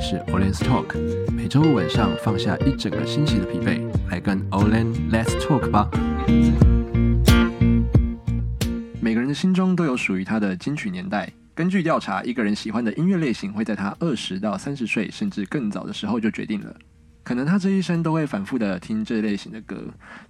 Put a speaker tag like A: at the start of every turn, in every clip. A: 是 Olen's Talk，每周五晚上放下一整个星期的疲惫，来跟 Olen Let's Talk 吧。每个人的心中都有属于他的金曲年代。根据调查，一个人喜欢的音乐类型会在他二十到三十岁甚至更早的时候就决定了。可能他这一生都会反复的听这类型的歌。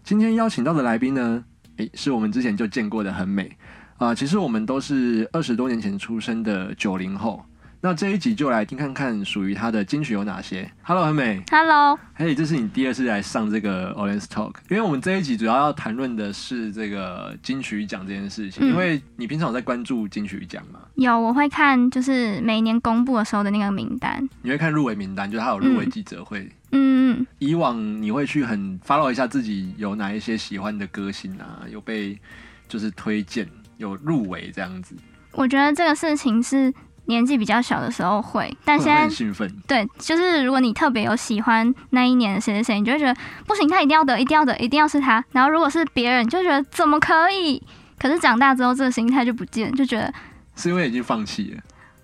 A: 今天邀请到的来宾呢，诶，是我们之前就见过的很美啊、其实我们都是二十多年前出生的九零后。那这一集就来听看看属于他的金曲有哪些。Hello，很美，
B: Hello，
A: 嘿，这是你第二次来上这个 o l e n s Talk，因为我们这一集主要要谈论的是这个金曲奖这件事情，
B: 嗯
A: 因为你平常有在关注金曲奖嘛，
B: 有我会看，就是每年公布的时候的那个名单。
A: 你会看入围名单，就是它有入围记者会。
B: 嗯，
A: 以往你会去很 follow 一下自己有哪一些喜欢的歌星啊，有被就是推荐，有入围这样子，
B: 我觉得这个事情是年纪比较小的时候会，但
A: 会不
B: 现
A: 会很
B: 在
A: 兴奋。
B: 对，就是如果你特别有喜欢那一年的谁谁谁，你就会觉得不行，他一定要得，一定要得，一定要是他。然后如果是别人，就觉得怎么可以？可是长大之后，这个心态就不见，就觉得
A: 是因为已经放弃了，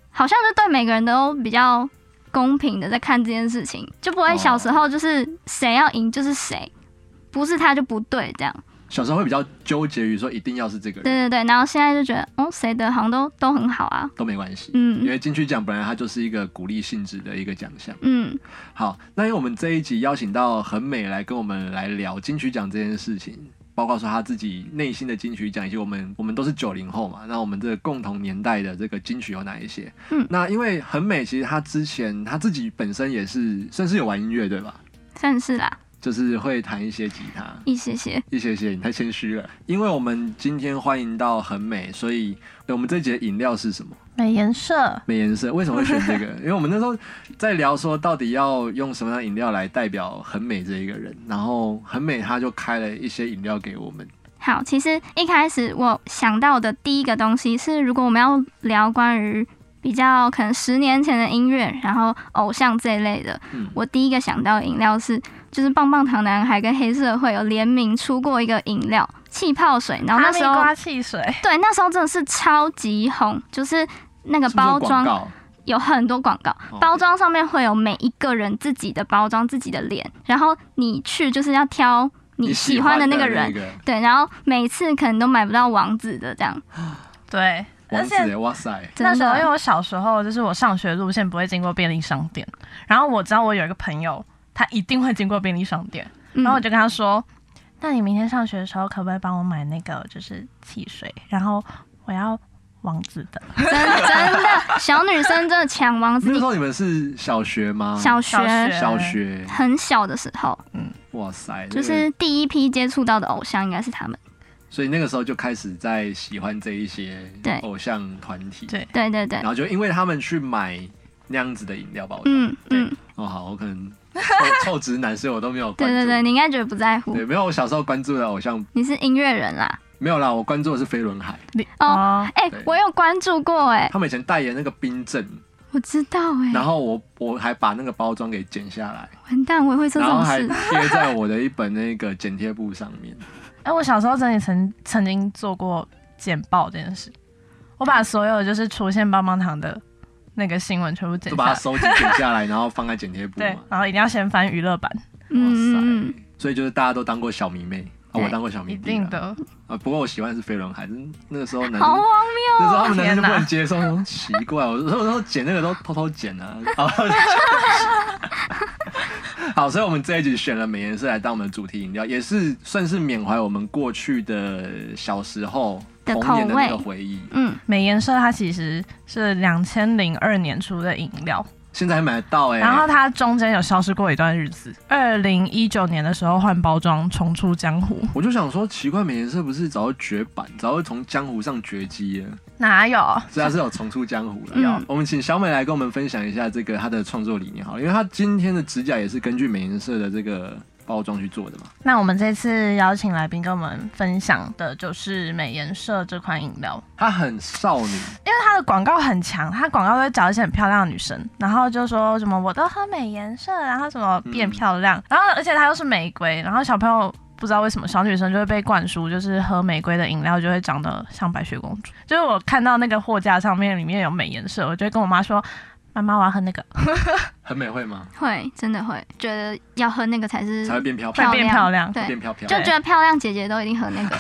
B: 好像就对每个人都比较公平的在看这件事情，就不会小时候就是谁要赢就是谁，不是他就不对这样。
A: 小时候会比较纠结于说一定要是这个人
B: 对对对，然后现在就觉得，哦，谁得好像都都很好啊，
A: 都没关系，因
B: 嗯
A: 为金曲奖本来它就是一个鼓励性质的一个奖项。
B: 嗯，
A: 好，那因为我们这一集邀请到很美来跟我们来聊金曲奖这件事情，包括说她自己内心的金曲奖，以及我们我们都是九零后嘛，那我们这个共同年代的这个金曲有哪一些？
B: 嗯
A: 那因为很美，其实她之前她自己本身也是算是有玩音乐对吧？
B: 算是啦，
A: 就是会弹一些吉他，
B: 一些些，
A: 一些些，你太谦虚了。因为我们今天欢迎到很美，所以我们这节饮料是什么？
C: 美颜社，
A: 美颜色为什么会选这个？ 因为我们那时候在聊说，到底要用什么样的饮料来代表很美这一个人，然后很美他就开了一些饮料给我们。
B: 好，其实一开始我想到的第一个东西是，如果我们要聊关于比较可能十年前的音乐，然后偶像这一类的，
A: 嗯
B: 我第一个想到的饮料是，就是棒棒糖男孩跟黑社会有联名出过一个饮料气泡水，然后那
C: 哈密
B: 时候
C: 瓜汽水，
B: 对那时候真的是超级红，就是那个
A: 是不是
B: 包
A: 有广
B: 装
A: 告
B: 有很多广告
A: 哦，
B: 包装上面会有每一个人自己的包装、自己的脸，然后你去就是要挑你喜欢的那个人，
A: 你喜欢的
B: 对，然后每次可能都买不到王子的这样，
C: 对，
A: 那个
C: 而
A: 王子
C: 且
A: 耶，哇塞，
C: 那
B: 真
C: 时候因为
B: 的，
C: 我小时候就是我上学路线不会经过便利商店，然后我知道我有一个朋友，他一定会经过便利商店，
B: 嗯
C: 然后我就跟他说，那你明天上学的时候可不可以帮我买那个就是汽水，然后我要王子的，
B: 真真的小女生真的抢王子，
A: 那时
B: 你
A: 候你们是小学吗？
B: 小学
C: 小学
A: 小学，
B: 很小的时候，
A: 哇塞，
B: 就
A: 那
B: 是
A: 个
B: 第一批接触到的偶像应该是他们，
A: 所以那个时候就开始在喜欢这一些
B: 对
A: 偶像团体，
C: 对
B: 对对对
A: 然，后就因为他们去买那样子的饮料包装。
B: 嗯嗯，
A: 哦，好，我可能臭臭直男，所以我都没有
B: 对
A: 关注。
B: 对对，你应该觉得不在乎
A: 对，，没有我小时候关注的偶像
B: 你是音乐人啦，
A: 没有啦，我关注的是飞轮海，
C: 你
B: 哦，哎
A: 对，
B: 我有关注过，哎，
A: 他们以前代言那个冰镇，
B: 我知道，哎
A: 然，后我我还把那个包装给剪下来，
B: 完蛋，我也会做
A: 然
B: 这
A: 后
B: 种
A: 还
B: 事。
A: 贴在我的一本那个剪贴簿上 面。
C: 哎、我小时候真的曾曾经做过简报这件事，我把所有就是出现棒棒糖的那个新闻全部剪
A: 就
C: 下
A: 把它
C: 来，
A: 收集剪下来，然后放在剪贴簿
C: 对
A: 嘛。，
C: 然后一定要先翻娱乐版，
B: 嗯，嗯嗯，
A: 所以就是大家都当过小迷妹，啊，
B: 对
A: 我当过小迷
C: 一
A: 弟啦
C: 定的。
A: 啊。不过我喜欢的是飞轮海，真那个时候男
B: 好
A: 生
B: 荒
A: 那时
B: 谬
A: 候
B: 哦！
A: 他们男生就不
C: 天
A: 能
C: 哪
A: 接受，我说奇怪，我说我说剪那个都偷偷剪啊。好好，所以我们这一集选了美颜色来当我们的主题饮料，也是算是缅怀我们过去的小时候
B: 的
A: 童年的那个
B: 口味
A: 回忆。
B: 嗯，
C: 美颜社它其实是两千零二年出的饮料，
A: 现在还买得到哎、
C: 然后它中间有消失过一段日子。二零一九年的时候换包装重出江湖，
A: 我就想说，奇怪，美颜色不是早就绝版，早就从江湖上绝迹了，
C: 哪有？
A: 所以它是有重出江湖了。
B: 嗯
A: 我们请小美来跟我们分享一下这个她的创作理念好了，因为她今天的指甲也是根据美颜色的这个包装去做的嘛。
C: 那我们这次邀请来宾跟我们分享的就是美颜社这款饮料，
A: 她很少女，
C: 因为它的广告很强，它广告都会找一些很漂亮的女生，然后就说什么我都喝美颜社，然后什么变漂亮，然后而且它又是玫瑰，然后小朋友。不知道为什么小女生就会被灌输，就是喝玫瑰的饮料就会长得像白雪公主。就是我看到那个货架上面里面有美颜社，我就会跟我妈说：“妈妈我要喝那个，
A: 很美会吗？
B: 会真的会觉得要喝那个才是
A: 才会变漂
C: 才
A: 漂
B: 漂
C: 变嗯漂亮
B: 对，
A: 变漂漂。
B: 就觉得漂亮姐姐都一定喝那个。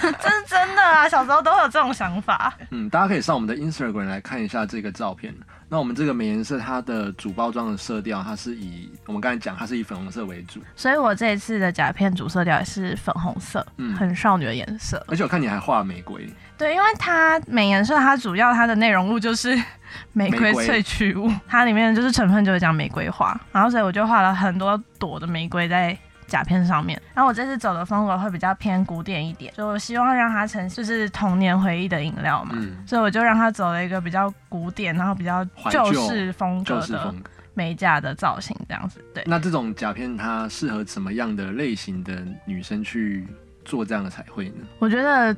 C: 这是真的啊！小时候都有这种想法。
A: 嗯，大家可以上我们的 Instagram 来看一下这个照片。那我们这个美颜色，它的主包装的色调，它是以我们刚才讲，它是以粉红色为主。
C: 所以我这一次的甲片主色调也是粉红色，
A: 嗯
C: 很少女的颜色。
A: 而且我看你还画玫瑰，
C: 对，因为它美颜色，它主要它的内容物就是 玫
A: 玫
C: 瑰
A: 瑰
C: 萃取物，它里面就是成分就是讲玫瑰花，然后所以我就画了很多朵的玫瑰在。甲片上面，然后我这次走的风格会比较偏古典一点，就我希望让它呈就是童年回忆的饮料嘛，
A: 嗯，
C: 所以我就让它走了一个比较古典，然后比较
A: 怀旧
C: 旧式风格
A: 就是
C: 的
A: 风格。
C: 美甲的造型这样子。对，
A: 那这种甲片，它适合什么样的类型的女生去做这样的彩绘呢？
C: 我觉得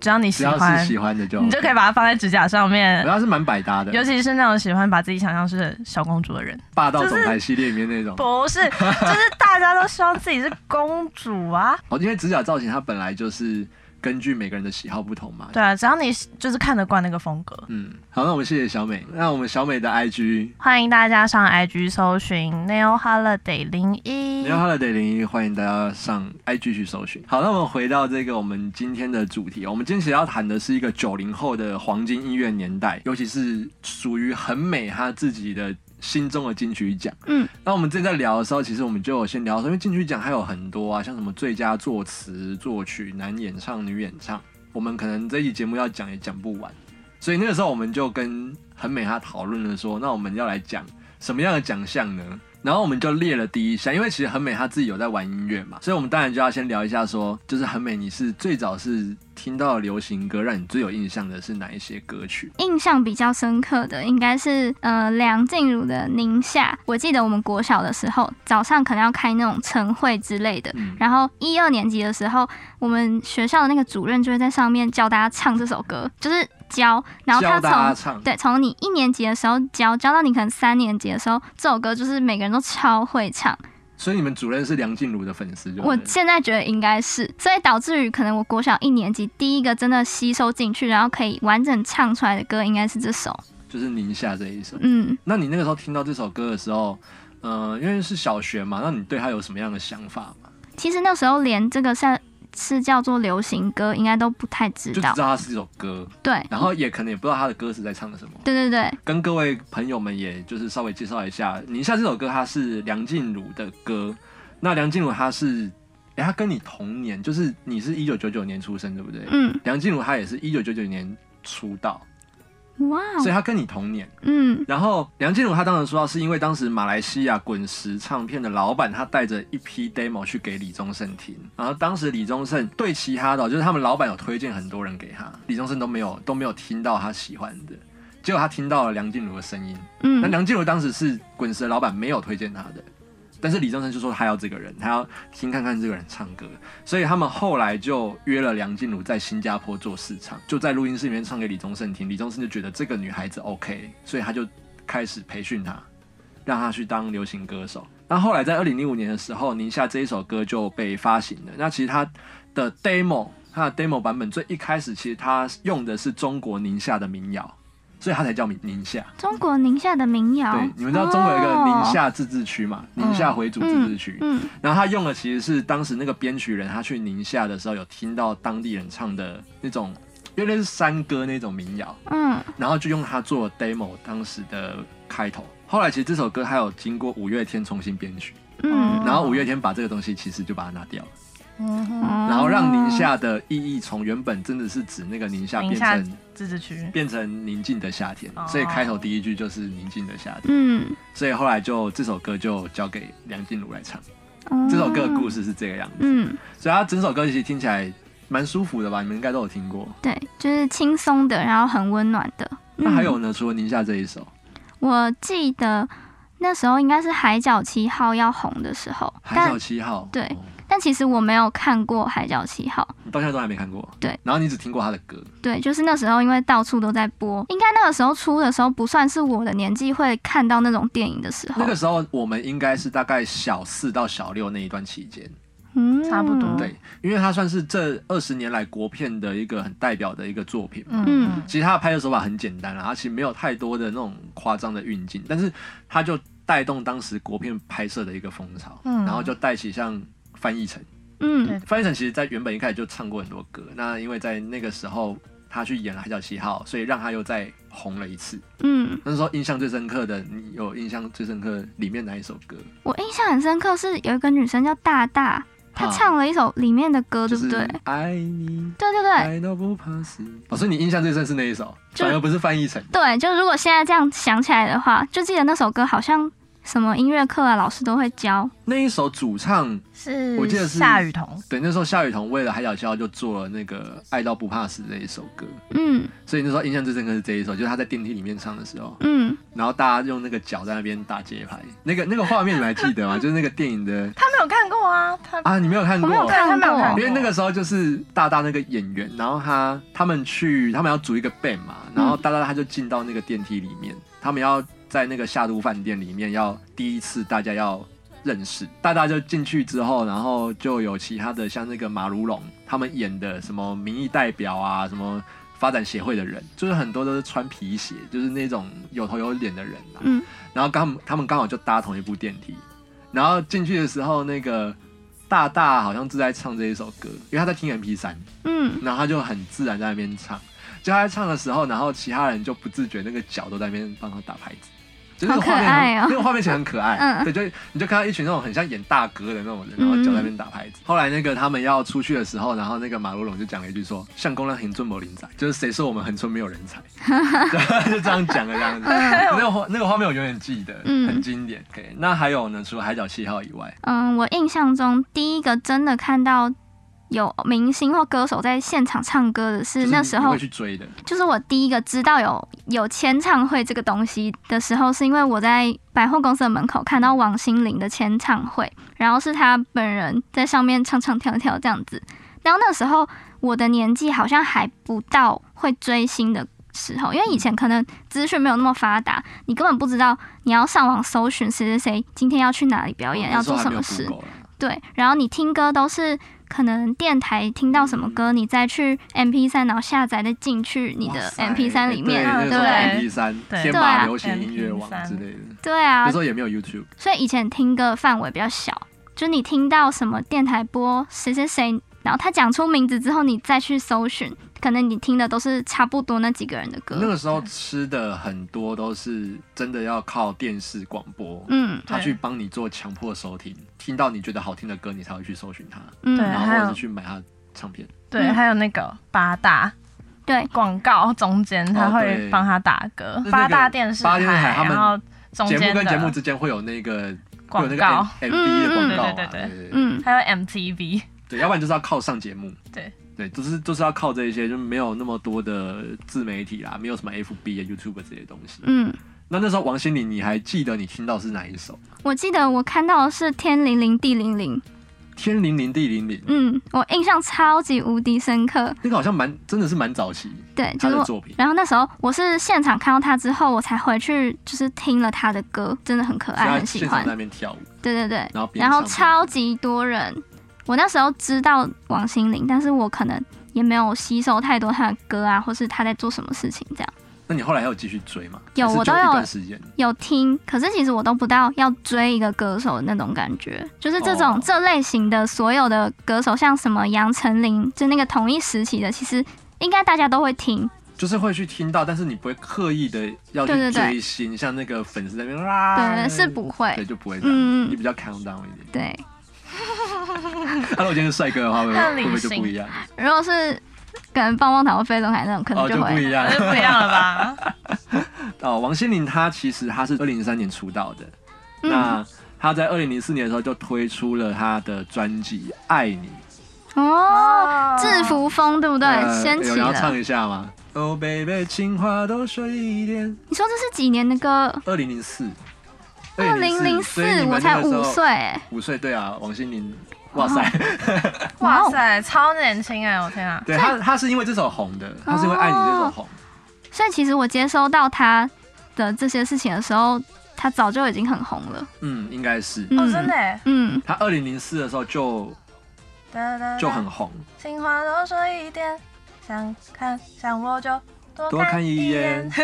C: 只要你
A: 只
C: 喜
A: 要
C: 欢
A: 是，喜欢的就，
C: 你就可以。把它放在指甲上面
A: 主，要是蛮百搭的，
C: 尤其是那种喜欢把自己想象是小公主的人，
A: 霸道
C: 就
A: 总
C: 是
A: 裁系列里面那种。
C: 不是，就是大家都希望自己是公主啊。
A: 哦，因为指甲造型它本来就是根据每个人的喜好不同嘛。
C: 对啊，只要你就是看得惯那个风格，
A: 嗯，好，那我们谢谢小美。那我们小美的 IG，
C: 欢迎大家上 IG 搜寻 Nail Holiday 零
A: 你
C: 一
A: 要。Holiday 零一，欢迎大家上 IG 去搜寻。好，那我们回到这个我们今天的主题哦，我们今天其实要谈的是一个九零后的黄金音乐年代，尤其是属于很美她自己的。心中的金曲奖，
B: 嗯，
A: 那我们之前在聊的时候，其实我们就有先聊说，因为金曲奖还有很多啊，像什么最佳作词、作曲、男演唱、女演唱，我们可能这一期节目要讲也讲不完，所以那个时候我们就跟很美她讨论了说，那我们要来讲什么样的奖项呢？然后我们就列了第一项，因为其实很美她自己有在玩音乐嘛，所以我们当然就要先聊一下说，就是很美你是最早是听到流行歌，让你最有印象的是哪一些歌曲？
B: 印象比较深刻的应该是呃梁静茹的《宁夏》，我记得我们国小的时候，早上可能要开那种晨会之类的。
A: 嗯，
B: 然后一二年级的时候，我们学校的那个主任就会在上面教大家唱这首歌，就是教。然后
A: 教
B: 他
A: 大家
B: 从
A: 唱，
B: 对从你一年级的时候教教到你可能三年级的时候，这首歌就是每个人都超会唱。
A: 所以你们主任是梁静茹的粉丝，就
B: 我
A: 是
B: 现在觉得应该是，所以导致于可能我国小一年级第一个真的吸收进去，然后可以完整唱出来的歌应该是这首。
A: 就是宁夏这一首。
B: 嗯，
A: 那你那个时候听到这首歌的时候，嗯、因为是小学嘛，那你对它有什么样的想法吗？
B: 其实那时候连这个是是叫做流行歌，应该都不太知
A: 就知
B: 道
A: 道。它是一首歌，
B: 对，
A: 然后也可能也不知道它的歌词在唱什么。
B: 对对对，
A: 跟各位朋友们，也就是稍微介绍一下，宁夏这首歌它是梁静茹的歌。那梁静茹她是，诶，她跟你同年，就是你是一九九九年出生，对不对？
B: 嗯，
A: 梁静茹她也是一九九九年出道，
B: 哇哦，
A: 所以她跟你同年。
B: 嗯
A: 然后梁静茹她当时出道是因为当时马来西亚滚石唱片的老板，他带着一批 demo 去给李宗盛听，然后当时李宗盛对其他的哦，就是他们老板有推荐很多人给他，李宗盛都没有都没有听到他喜欢的，结果他听到了梁静茹的声音。那
B: 嗯，
A: 梁静茹当时是滚石的老板没有推荐她的，但是李宗盛就说他要这个人，他要听看看这个人唱歌，所以他们后来就约了梁静茹在新加坡做市场，就在录音室里面唱给李宗盛听，李宗盛就觉得这个女孩子 OK，所以他就开始培训她，让她去当流行歌手。那后来在二零零五年的时候，宁夏这一首歌就被发行了。那其实它的 demo，它的 demo 版本最一开始其实它用的是中国宁夏的民谣，所以它才叫宁夏。
B: 中国宁夏的民谣。
C: 哦
A: 对，你们知道中国有一个宁
B: 哦，
A: 夏自治区嘛？宁夏回族自治区。
B: 嗯
A: 然后他用的其实是当时那个编曲人，他去宁夏的时候有听到当地人唱的那种，有点是山歌那种民 谣，
B: 嗯，
A: 然后就用它做 demo 当时的开头。后来其实这首歌还有经过五月天重新编曲，
C: 哦
B: 嗯，
A: 然后五月天把这个东西其实就把它拿掉了，
C: 嗯哼，
B: 然
A: 然后让宁夏的意义从原本真的是指那个宁夏变
C: 宁夏
A: 成
C: 自治区。
A: 变成宁静的夏天，
C: 哦
A: 所以开头第一句就是宁静的夏天。
B: 嗯，
A: 所以后来就这首歌就交给梁静茹来唱。
B: 哦
A: 这首歌的故，事是这个样子，
B: 嗯，
A: 所以它整首歌其实听起来蛮舒服的吧？你们应该都有听过。
B: 对，就是轻松的，然后很温暖的。
A: 那
B: 嗯
A: 还有呢？除了宁夏这一首，
B: 我记得那时候应该是《海角七号》要红的时候，
A: 《海
B: 但
A: 角七号》
B: 对
A: 哦
B: 但其实我没有看过《海角七号》。
A: 你到现在都还没看过。
B: 对，
A: 然后你只听过他的歌，
B: 对，就是那时候因为到处都在播，应该那个时候出的时候不算是我的年纪会看到那种电影的时候。
A: 那个时候我们应该是大概小四到小六那一段期间，
B: 嗯，
C: 差不多
A: 对，因为它算是这二十年来国片的一个很代表的一个作品。
B: 嗯
A: 其实它的拍摄手法很简单啦，啊它其实没有太多的那种夸张的运镜，但是它就带动当时国片拍摄的一个风潮，
C: 嗯
A: 然后就带起像翻译成。
B: 嗯
C: 对
A: 范逸臣其实在原本一开始就唱过很多歌，那因为在那个时候他去演了《海角七号》，所以让他又再红了一次。
B: 嗯，
A: 那时候印象最深刻的，你有印象最深刻里面哪一首歌？
B: 我印象很深刻是有一个女生叫大大，她
A: 啊
B: 唱了一首里面的歌，
A: 就
B: 对不
A: 是哎
B: 对？
A: 爱你
B: 对对对
A: 爱到不怕死。哦，所以你印象最深是那一首，
B: 就
A: 反而不是翻译成。
B: 对，就如果现在这样想起来的话，就记得那首歌好像什么音乐课啊，老师都会教。
A: 那一首主唱，
C: 是
A: 我记得是
C: 夏雨桐，
A: 对，那时候夏雨桐为了《海角七号》就做了那个《爱到不怕死》这一首歌，
B: 嗯
A: 所以那时候印象最深刻是这一首，就是他在电梯里面唱的时候。
B: 嗯，
A: 然后大家用那个脚在那边打节拍，那个那个画面你们还记得吗？就是那个电影的
C: 他没有看过啊，他
A: 啊，你没有看
B: 我
A: 过？
B: 没有
C: 对啊他
B: 看
C: 没有看
B: 过
C: 过
A: 因。为那个时候就是大大那个演员，然后他他们去他们要组一个 band 嘛，然后大大他就进到那个电梯里面，他们要在那个夏都饭店里面要第一次大家要认识，大大就进去之后，然后就有其他的像那个马如龙他们演的什么民意代表啊，什么发展协会的人，就是很多都是穿皮鞋，就是那种有头有脸的人啊，
B: 嗯
A: 然后刚他们刚好就搭同一部电梯，然后进去的时候，那个大大好像是在唱这一首歌，因为他在听 MP 三，
B: 嗯，
A: 然后他就很自然在那边唱。就他在唱的时候，然后其他人就不自觉那个脚都在那边帮他打拍子，就那个画面
B: 好可爱
A: 很
B: 哦
A: 那个画面其实很可爱。
B: 嗯
A: 对，就你就看到一群那种很像演大哥的那种人，然后
B: 嗯
A: 脚在那边打拍子。后来那个他们要出去的时候，然后那个马如龙就讲了一句说：“相公让恒村没人才，就是谁说我们恒村没有人才？” 就这样讲了这样子。那个画那个画面我永远记得，
B: 哎嗯
A: 很经典。OK，那还有呢？除了海角七号以外，
B: 嗯，我印象中第一个真的看到有明星或歌手在现场唱歌的
A: 就是是
B: 嗯那时
A: 你
B: 候
A: 会，去追的。
B: 就是我第一个知道有有签唱会这个东西的时候，是因为我在百货公司的门口看到王心凌的签唱会，然后是她本人在上面唱唱跳跳这样子。然后那时候我的年纪好像还不到会追星的时候，因为以前可能资讯没有那么发达，你根本不知道你要上网搜寻谁谁谁今天要去哪里表演，要
A: 哦那时候
B: 做
A: 还
B: 什
A: 没有
B: 么事
A: Google 啦。
B: 对，然后你听歌都是可能电台听到什么歌，你再去 M P 三，然后下载再进去你
A: 哇
B: 的
A: 塞
B: M P 三里面，
A: 对，
C: 嗯
A: 那时候
B: 对
A: MP 三
C: 对
A: 天
B: 对
A: 马
B: 啊
A: 流行音乐网之类的，
B: 对啊
A: 那时，候也没有 YouTube，
B: 所以以前听歌范围比较小，就你听到什么电台播谁谁谁，然后他讲出名字之后，你再去搜寻，可能你听的都是差不多那几个人的
A: 那
B: 歌，
A: 个时候吃的很多都是真的要靠电视广播，
B: 嗯
A: 他去帮你做强迫收听，听到你觉得好听的歌，你才会去搜寻它，
C: 对
A: 然
B: 嗯，
A: 后
C: 还
A: 或
C: 有
A: 者是去买它的唱片。
C: 对，还有那个八大
B: 对，
C: 广告中间，他
A: 哦
C: 会
A: 对
C: 帮他打歌，
A: 是那
C: 八大
A: 个
C: 电视
A: 哦八电视台他们
C: 然后中
A: 节目
C: 间
A: 跟节目
C: 的
A: 之间会有那个会有那
C: 广
A: 个
C: 告，
A: M V 的
B: 嗯
A: 广
B: 嗯
A: 告嘛，
C: 对对对
A: 对对，
B: 嗯
C: 还有 MTV，
A: 对，要不然就是要靠上节目，
C: 对
A: 对，就是就是要靠这一些，就没有那么多的自媒体啦，没有什么 F B 啊、YouTube 这些东西。
B: 嗯。
A: 那那时候王心凌，你还记得你听到是哪一首？
B: 我记得我看到的是天灵灵地灵灵，
A: 天灵灵地灵灵，
B: 嗯，我印象超级无敌深刻。
A: 那个好像蛮真的是蛮早期
B: 对，
A: 他
B: 就是
A: 的
B: 我
A: 作品。
B: 然后那时候我是现场看到他之后，我才回去就是听了他的歌，真的很可
A: 所以
B: 爱，
A: 他
B: 很喜
A: 啊现场
B: 欢
A: 在。那边跳舞，
B: 对对对，
A: 然后边
B: 然后
A: 唱
B: 超级多人。我那时候知道王心凌，但是我可能也没有吸收太多她的歌啊，或是她在做什么事情这样。
A: 那你后来还有继续追吗？
B: 有
A: 还是
B: 我
A: 就
B: 都
A: 一
B: 有
A: 段时间。
B: 有听，可是其实我都不到要追一个歌手的那种感觉，就是这种、
A: 哦
B: 这类型的所有的歌手，像什么杨丞琳，就那个同一时期的，其实应该大家都会听。
A: 就是会去听到，但是你不会刻意的要
B: 对
A: 去
B: 对对
A: 追星，像那个粉丝在那边啦，
B: 对，是不会。
A: 对就不会这样，
B: 嗯嗯
A: 你比较 calm down 一点。 啊
B: 对，
A: 那、如果今天是帅哥的话，会不
C: 那
A: 会
C: 理
A: 会不会就
C: 性
A: 不一样？
B: 如果是可能棒棒糖或飞轮海那种， 可能
A: 哦，
B: 就
A: 就
B: 会。
A: 不一样
C: 那。就不一样了吧？
A: 哦，王心凌她其实她是二零零三年出道的，
B: 嗯，
A: 那她在二零零四年的时候就推出了她的专辑《爱你》，
B: 哦，
A: 啊
B: 制服风对不对？
A: 呃
B: 掀起
A: 有人要
B: 了。
A: 唱一下吗？哦，baby，情话多说一点。
B: 你说这是几年的歌？
A: 二零零四，
B: 二零零四，我才五，岁哦哎。
A: 五岁对啊，王心凌，哇塞，
C: 哇
A: 哦
C: 塞，超年轻哎！我天啊，
A: 对她她是因为这首红的，她是因为爱你这
B: 哦
A: 首红，
B: 所以其实我接收到他的这些事情的时候，他早就已经很红了。
A: 嗯，应该是
B: 嗯
C: 哦，真的哎，
B: 嗯
A: 她二零零四的时候就
C: 哒哒哒
A: 就很红。
C: 心话多说一点，想看想我就多
A: 多看一
C: 一
A: 眼。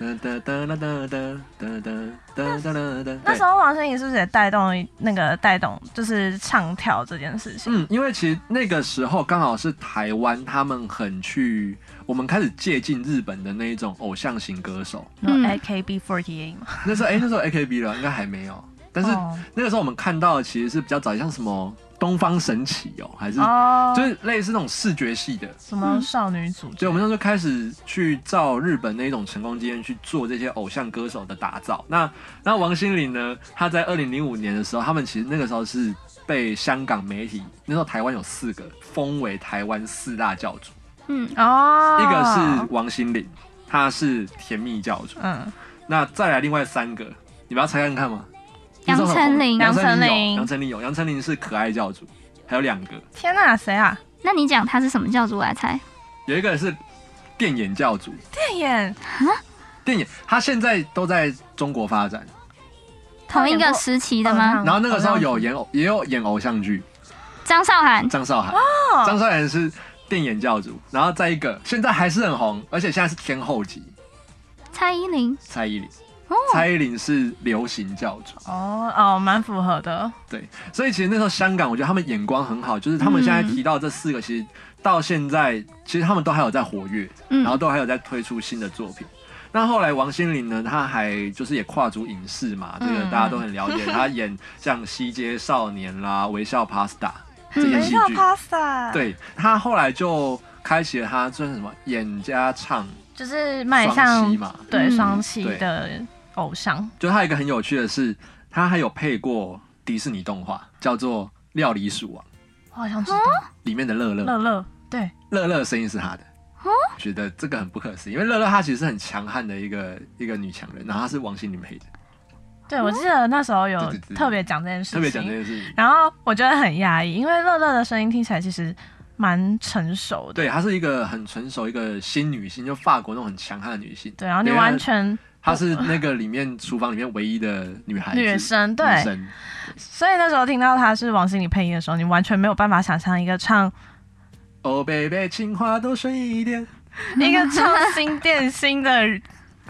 A: 哒哒哒哒哒哒哒哒哒哒哒。
C: 那
A: 对
C: 时，候王心凌是不是也带动一那个带动就是唱跳这件事情？
A: 嗯，因为其实那个时候刚好是台湾他们很去，我们开始借鉴日本的那一种偶像型歌手。
B: 嗯
C: A K B forty eight 嘛，
A: 那时候哎、那时候 AKB 了，应该还没有。但是
C: 哦
A: 那个时候我们看到的其实是比较早，像什么东方神起哦，还是
C: 哦，
A: 就是类似那种视觉系的。
C: 什么少女组织
A: 所以我们那时候开始去照日本那一种成功经验去做这些偶像歌手的打造。那那王心凌呢？她在二零零五年的时候，他们其实那个时候是被香港媒体，那时候台湾有四个封为台湾四大教主，
B: 嗯，
C: 哦，
A: 一个是王心凌，她是甜蜜教主。
C: 嗯，
A: 那再来另外三个，你们要猜看看吗？
B: 杨丞琳
A: 杨丞
C: 杨丞
A: 琳有，
C: 琳
A: 杨丞琳有，杨丞琳是可爱教主，还有两个，
C: 天哪、谁啊？
B: 那你讲他是什么教主我来猜？
A: 有一个是电眼教主，
C: 电眼
A: 电眼他现在都在中国发展，
B: 同一个时期的吗？
C: 嗯
A: 然后那个时候有演偶，也有演偶像剧，
B: 张韶涵，
A: 张韶涵，张韶涵是电眼教主，然后再一个现在还是很红，而且现在是天后级，
B: 蔡依林。
A: 蔡依林，
B: 哦，
A: 蔡依林是流行教主，
C: 哦哦，蛮符合的，
A: 对，所以其实那时候香港，我觉得他们眼光很好，就是他们现在
B: 嗯
A: 提到这四个，其实到现在，其实他们都还有在活跃，
B: 嗯
A: 然后都还有在推出新的作品。那后来王心凌呢，她还就是也跨足影视嘛，这个
C: 嗯
A: 大家都很了解，她演像《西街少年》啦，《微笑 Pasta》这些
B: 嗯
C: 没
A: 戏
C: 错
A: 剧，
C: ，Pasta，，
A: 对她后来就开启了她算什么演加唱
C: 就是迈
A: 双
C: 向
A: 栖嘛，
C: 对
B: 嗯
C: 双栖的偶像，
A: 就她有一个很有趣的是，她还有配过迪士尼动画，叫做《料理鼠王
C: 我好像知道、》
A: 啊里面的乐乐。
C: 乐哦乐，对，
A: 乐乐的声音是她的，觉得这个很不可思议，因为乐乐她其实是很强悍的一个一个女强人，然后她是王心凌配的，
C: 对我记得那时候有
A: 啊对对对
C: 特别讲这件事情，
A: 特别讲这件事情。
C: 然后我觉得很压抑，因为乐乐的声音听起来其实蛮成熟的，
A: 对，她是一个很成熟一个新女性，就法国那种很强悍的女性。
C: 对，然后你
A: 对啊
C: 完全
A: 她是那个里面厨房里面唯一的女孩子，
C: 女生，对，
A: 女生
C: 所以那时候听到他是王心凌配音的时候，你完全没有办法想象一 个唱
A: 哦，baby，情话多说一点。
C: 一个唱新电心的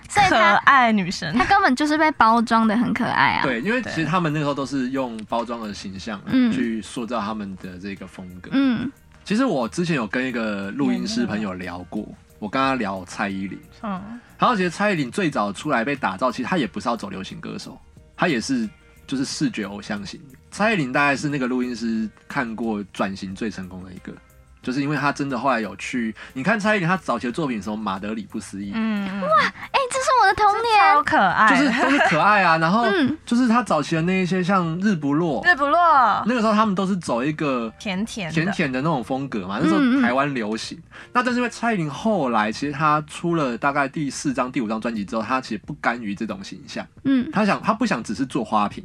B: 所以
C: 可
B: 他
C: 爱女生
B: 他。根本就是被包装的很可爱啊。
A: 对，因为
C: 对
A: 其实他们那时候都是用包装的形象啊
B: 嗯
A: 去塑造他们的这个风格。
B: 嗯，
A: 其实我之前有跟一个录音师朋友聊过，我跟他聊蔡依林。
C: 嗯，
A: 然后其实蔡依林最早出来被打造，其实她也不是要走流行歌手，她也是就是视觉偶像型。蔡依林大概是那个录音师看过转型最成功的一个，就是因为她真的后来有去，你看蔡依林她早期的作品什么《马德里不思议》，
C: 嗯，哇，
B: 哎、这是我的童年。
C: 超可爱，
A: 就是都是可爱啊，然后
B: 嗯
A: 就是她早期的那一些像日不落，
C: 日不落，
A: 那个时候他们都是走一个
C: 甜啊甜的，
A: 甜甜的那种风格嘛，那时
B: 嗯
A: 候
B: 嗯
A: 台湾流行。那但是因为蔡依林后来其实她出了大概第四张、第五张专辑之后，她其实不甘于这种形象，
B: 嗯，
A: 她想她不想只是做花瓶，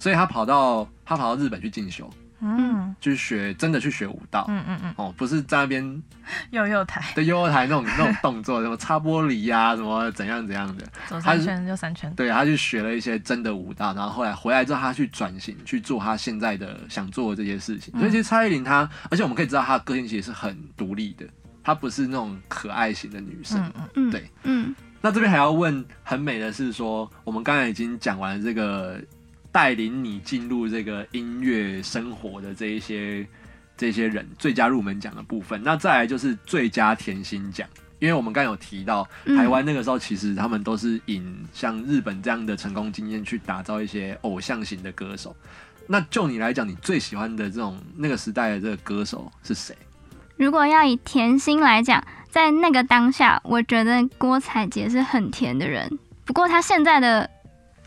A: 所以她跑到她跑到日本去进修，
C: 嗯
A: 去学真的去学舞蹈。
C: 嗯嗯嗯，
A: 哦，不是在那边
C: 幼幼台，
A: 的悠悠台那种那种动作，什么擦玻璃呀、什么怎样怎样的，
C: 左三圈右三圈，
A: 对，她去学了一些真的舞蹈，然后后来回来之后，她去转型去做她现在的想做的这些事情。所以其实蔡依林她，而且我们可以知道她的个性其实是很独立的，她不是那种可爱型的女生。
C: 嗯嗯，
B: 嗯
A: 对，
B: 嗯，
A: 那这边还要问很美的是说，我们刚才已经讲完这个带领你进入这个音乐生活的这一些这些人最佳入门奖的部分，那再来就是最佳甜心奖。因为我们刚才有提到，
B: 嗯
A: 台湾那个时候其实他们都是引像日本这样的成功经验去打造一些偶像型的歌手。那就你来讲，你最喜欢的这种那个时代的这个歌手是谁？
B: 如果要以甜心来讲，在那个当下，我觉得郭采洁是很甜的人。不过她现在的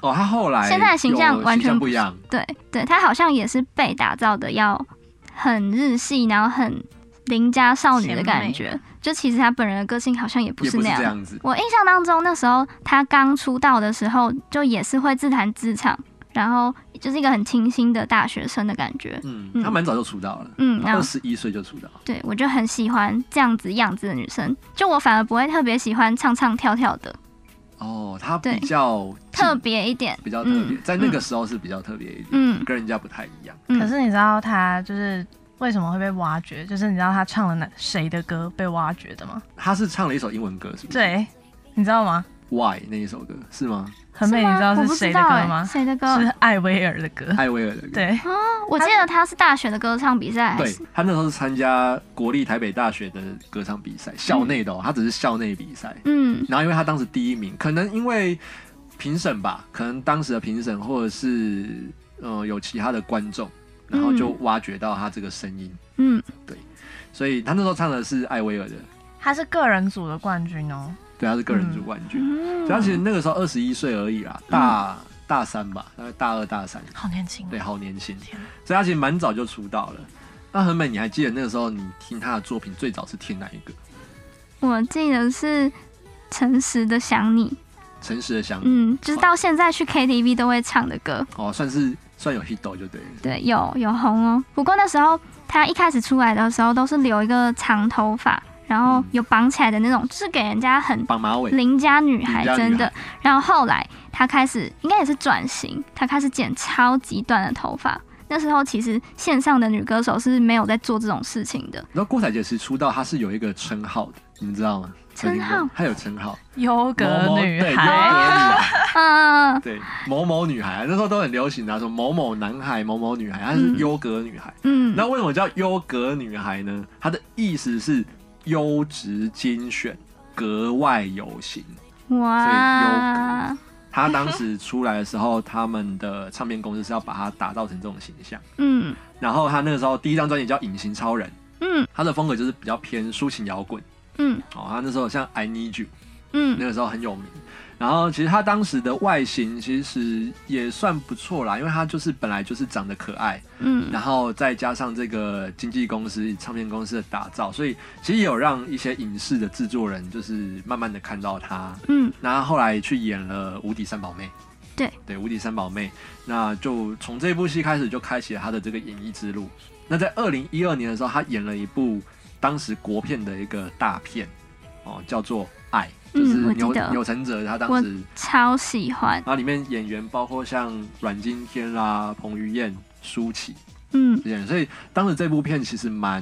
A: 哦，他后来
B: 现在的形象
A: 有
B: 完全
A: 形象
B: 不
A: 不一样，
B: 对对，她好像也是被打造的要很日系，然后很邻家少女的感觉。就其实她本人的个性好像也不
A: 也
B: 是
A: 不是
B: 那
A: 这
B: 样。
A: 样子。
B: 我印象当中，那时候她刚出道的时候，就也是会自弹自唱，然后就是一个很清新的大学生的感觉。
A: 嗯，
B: 嗯
A: 他蛮早就出道了。
B: 嗯，然后
A: 二十一岁就出道，
B: 对，我就很喜欢这样子样子的女生，就我反而不会特别喜欢唱唱跳跳的，
A: 哦，他
B: 对
A: 比较
B: 特
A: 近
B: 别一点，
A: 比较特别
B: 嗯，
A: 在那个时候是比较特别一点，
B: 嗯
A: 跟人家不太一样。
B: 嗯，
C: 可是你知道他就是为什么会被挖掘？就是你知道他唱了哪谁的歌被挖掘的吗？
A: 他是唱了一首英文歌，是不是
C: 对，你知道吗？
A: ？Why 那一首歌是吗？
C: 很美，你知道
B: 我
C: 是
B: 不
C: 谁
B: 知
C: 的
B: 道
C: 歌
B: 哎
C: 吗？
B: 谁的歌？
C: 是啊艾薇儿的歌。
A: 艾薇儿的歌。
C: 对，
B: 哦我记得他是大学的歌唱比赛，还
A: 对
B: 是
A: 他那时候是参加国立台北大学的歌唱比赛，校内的哦，他只是校内比赛。
B: 嗯，
A: 然后因为他当时第一名，可能因为评审吧，可能当时的评审或者是呃有其他的观众，然后就挖掘到他这个声音，
B: 嗯，
A: 所以他那时候唱的是艾薇儿的，
C: 他是个人组的冠军哦。
A: 对，他是个人组冠军。
B: 嗯，
A: 所以他其实那个时候二十一岁而已啦，大、大三吧，大概大二大三，
C: 好年轻，啊
A: 对，啊好年轻。
C: 天哪
A: 所以他其实蛮早就出道了。那很美，你还记得那个时候你听他的作品最早是听哪一个？
B: 我记得是《诚实的想你》，
A: 诚实的想你，
B: 嗯，就是到现在去 KTV 都会唱的歌，
A: 哦，算是算有 hit 到就对了。
B: 对，有有红哦。不过那时候他一开始出来的时候都是留一个长头发，然后
A: 嗯
B: 有绑起来的那种，就是给人家很
A: 绑马尾，
B: 邻家女孩
A: 邻家女孩
B: 真的。然后后来她开始应该也是转型，她开始剪超级短的头发。那时候其实线上的女歌手是没有在做这种事情的。
A: 你知道郭采洁其实出道，她是有一个称号的，你们知道吗？
B: 称号
A: 有听过她有称号，
C: 优
A: 某
C: 格
A: 某
C: 女
A: 对优格女
C: 孩，
A: 孩，
B: 嗯、
A: 对某某女孩，那时候都很流行啊，说某某男孩、某某女孩，她是
B: 嗯
A: 优格女孩。
B: 嗯，
A: 那为什么叫优格女孩呢？她的意思是优质精选，格外有型。
B: 哇，
A: 她当时出来的时候，他们的唱片公司是要把她打造成这种形象。
B: 嗯
A: 然后她那个时候第一张专辑叫《隐形超人》，
B: 嗯
A: 她的风格就是比较偏抒情摇滚。
B: 嗯
A: 哦，她那时候像《I Need You》。那
B: 嗯
A: 个时候很有名。然后其实他当时的外形其实也算不错啦，因为他就是本来就是长得可爱，
B: 嗯，
A: 然后再加上这个经纪公司、唱片公司的打造，所以其实也有让一些影视的制作人就是慢慢的看到他。
B: 嗯
A: 那他后来去演了《无敌三宝妹》，
B: 对
A: 对，《无敌三宝妹》，那就从这部戏开始就开启了他的这个演艺之路。那在二零一二年的时候，他演了一部当时国片的一个大片，哦，叫做《爱》，
B: 嗯
A: 就是
B: 我记
A: 钮
B: 得
A: 钮承泽他当
B: 我
A: 时，
B: 超喜欢，
A: 然后里面演员包括像阮经天啦、彭于晏、舒淇
B: 嗯
A: 这些人，所以当时这部片其实蛮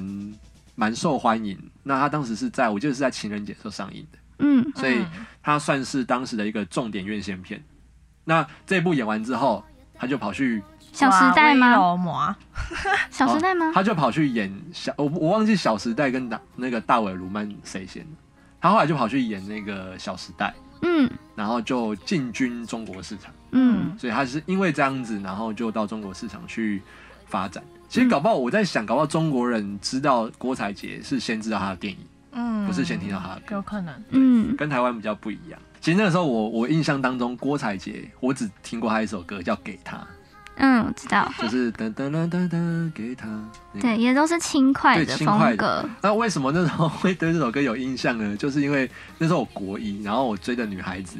A: 蛮受欢迎。那他当时是在我记得是在情人节的时候上映的。
B: 嗯
A: 所以
C: 嗯
A: 它算是当时的一个重点院线片。那这部演完之后，他就跑去，
B: 小时代吗
C: 哇温柔魔
B: 小时代吗？
A: 他就跑去演小，我我忘记《小时代》跟大那个大尾卢曼谁先了。他后来就跑去演那个《小时代》，
B: 嗯
A: 然后就进军中国市场。
B: 嗯
A: 所以他是因为这样子，然后就到中国市场去发展。其实搞不好我在想，搞不好中国人知道郭采洁是先知道她的电影，
C: 嗯
A: 不是先听到她的歌
C: 有可能。
B: 嗯
A: 跟台湾比较不一样。其实那个时候我我印象当中，郭采洁我只听过她一首歌叫《给她》，
B: 嗯，我知道，
A: 就是 噔噔噔噔噔给他。那个
B: 对，，也都是轻快
A: 嗯对
B: 的
A: 轻快
B: 风格，
A: 那为什么那时候会对这首歌有印象呢？就是因为那时候我国一，然后我追的女孩子，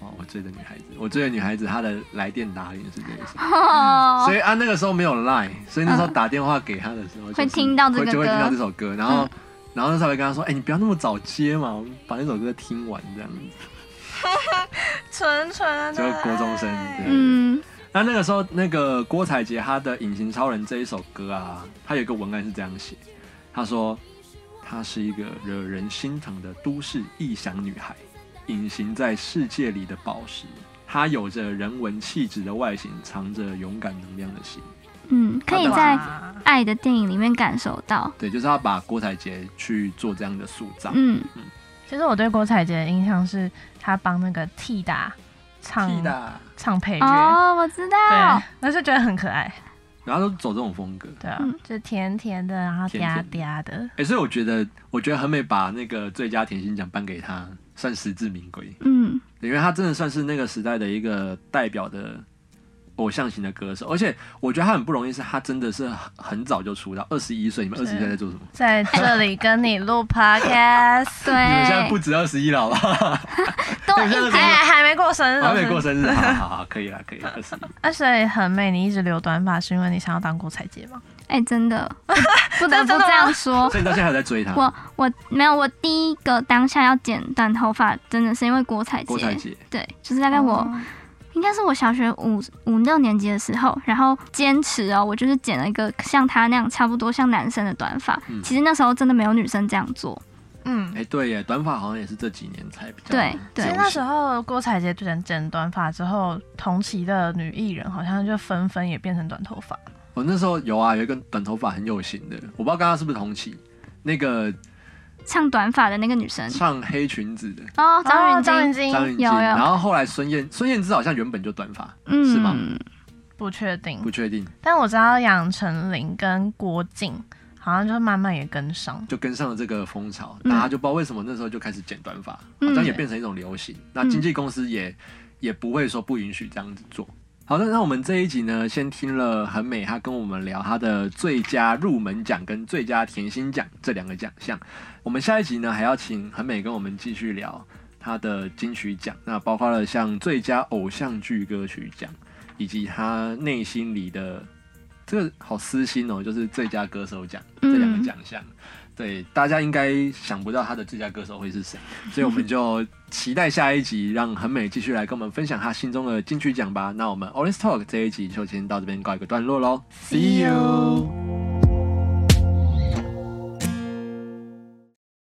A: 哦，我追的女孩子，我追的女孩子，她的来电打铃是这一首，
B: 哦嗯
A: 所，以啊那个时候没有 Line，所以那时候打电话给她的时候、就是
B: 会听到这个
A: 会就会
B: 歌嗯
A: 听到这首歌，然后、然后那时候我跟她说，哎、你不要那么早接嘛，我们把那首歌听完这样子。
C: 纯纯的
A: 就
C: 爱，
A: 国中生对
B: 嗯
A: 那那个时候，那个郭采洁她的《隐形超人》这一首歌啊，她有一个文案是这样写，她说：“她是一个惹人心疼的都市异想女孩，隐形在世界里的宝石。她有着人文气质的外形，藏着勇敢能量的心。
B: 嗯，可以
A: 好的
B: 在
C: 哇
B: 爱的电影里面感受到，”
A: 对，就是她把郭采洁去做这样的塑造。
B: 嗯
C: 其实我对郭采洁的印象是，她帮那个 T 达唱
A: 屁的，
C: 唱配乐，
B: 哦，我知道
C: 对，，啊那就觉得很可爱，
A: 然后都走这种风格。
C: 对啊，
B: 嗯
C: 就甜甜的，然后
A: 甜
C: 嗲
A: 甜
C: 嗲的，
A: 哎、所以我觉得，我觉得很美把那个最佳甜心奖颁给她，算实至名归。
B: 嗯
A: 对因为他真的算是那个时代的一个代表的偶像型的歌手，而且我觉得他很不容易，是他真的是很很早就出道，二十一岁，你们二十一岁在做什么？
C: 在这里跟你录 podcast，
B: 对，
A: 你们现在不止二十一了，好不好？
B: 都
A: 等一下
B: 一
A: 这
B: 直
C: 哎，还没过生日，
A: 还没过
C: 日。
A: 生日，好好好，可以了，可以了，二 十一。
C: 啊，所以很美，你一直留短发是因为你想要当郭采洁吗？
B: 哎，真的 不得
C: 真的
B: 不
C: 吗
B: 这样说，
A: 所以你到现在还在追他，
B: 我我没有，我第一个当下要剪短头发，真的是因为郭采
A: 郭采
B: 洁，
A: 洁。
B: 对，就是大概我
C: 哦
B: 应应该是我小学五五六年级的时候，然后坚持哦，我就是剪了一个像他那样差不多像男生的短发。
A: 嗯
B: 其实那时候真的没有女生这样做，
C: 嗯，
A: 哎，对耶，短发好像也是这几年才比较
B: 对对
C: 其
A: 流
C: 实
A: 行
C: 那时候郭采洁剪剪短发之后，同期的女艺人好像就纷纷也变成短头发。
A: 我那时候有啊，有一根短头发很有型的，我不知道跟他是不是同期。那个
B: 唱短发的那个女生
A: 唱黑裙子的
B: 哦，张
C: 哦
B: 芸
C: 张
B: 京
C: 芸，京
A: 张芸京，
B: 哎有有
A: 然后后来孙燕孙燕姿好像原本就短发，
B: 嗯，
A: 是吗
C: 不确定
A: 不，确定
C: 但我知道杨丞琳跟郭靖好像就慢慢也跟上。
A: 就跟上了这个风潮，
B: 嗯
A: 大家就不知道为什么那时候就开始剪短发，
B: 嗯
A: 好像也变成一种流行。那经纪公司也也不会说不允许这样子做。好的，那我们这一集呢，先听了很美，她跟我们聊她的最佳入门奖跟最佳甜心奖这两个奖项。我们下一集呢，还要请很美跟我们继续聊她的金曲奖，那包括了像最佳偶像剧歌曲奖，以及她内心里的这个好私心哦，就是最佳歌手奖
C: 嗯
A: 这两个奖项。对，大家应该想不到她的最佳歌手会是谁，所以我们就期待下一集，让很美继续来跟我们分享她心中的金曲奖吧。那我们 Orange Talk 这一集就先到这边告一个段落喽
C: See you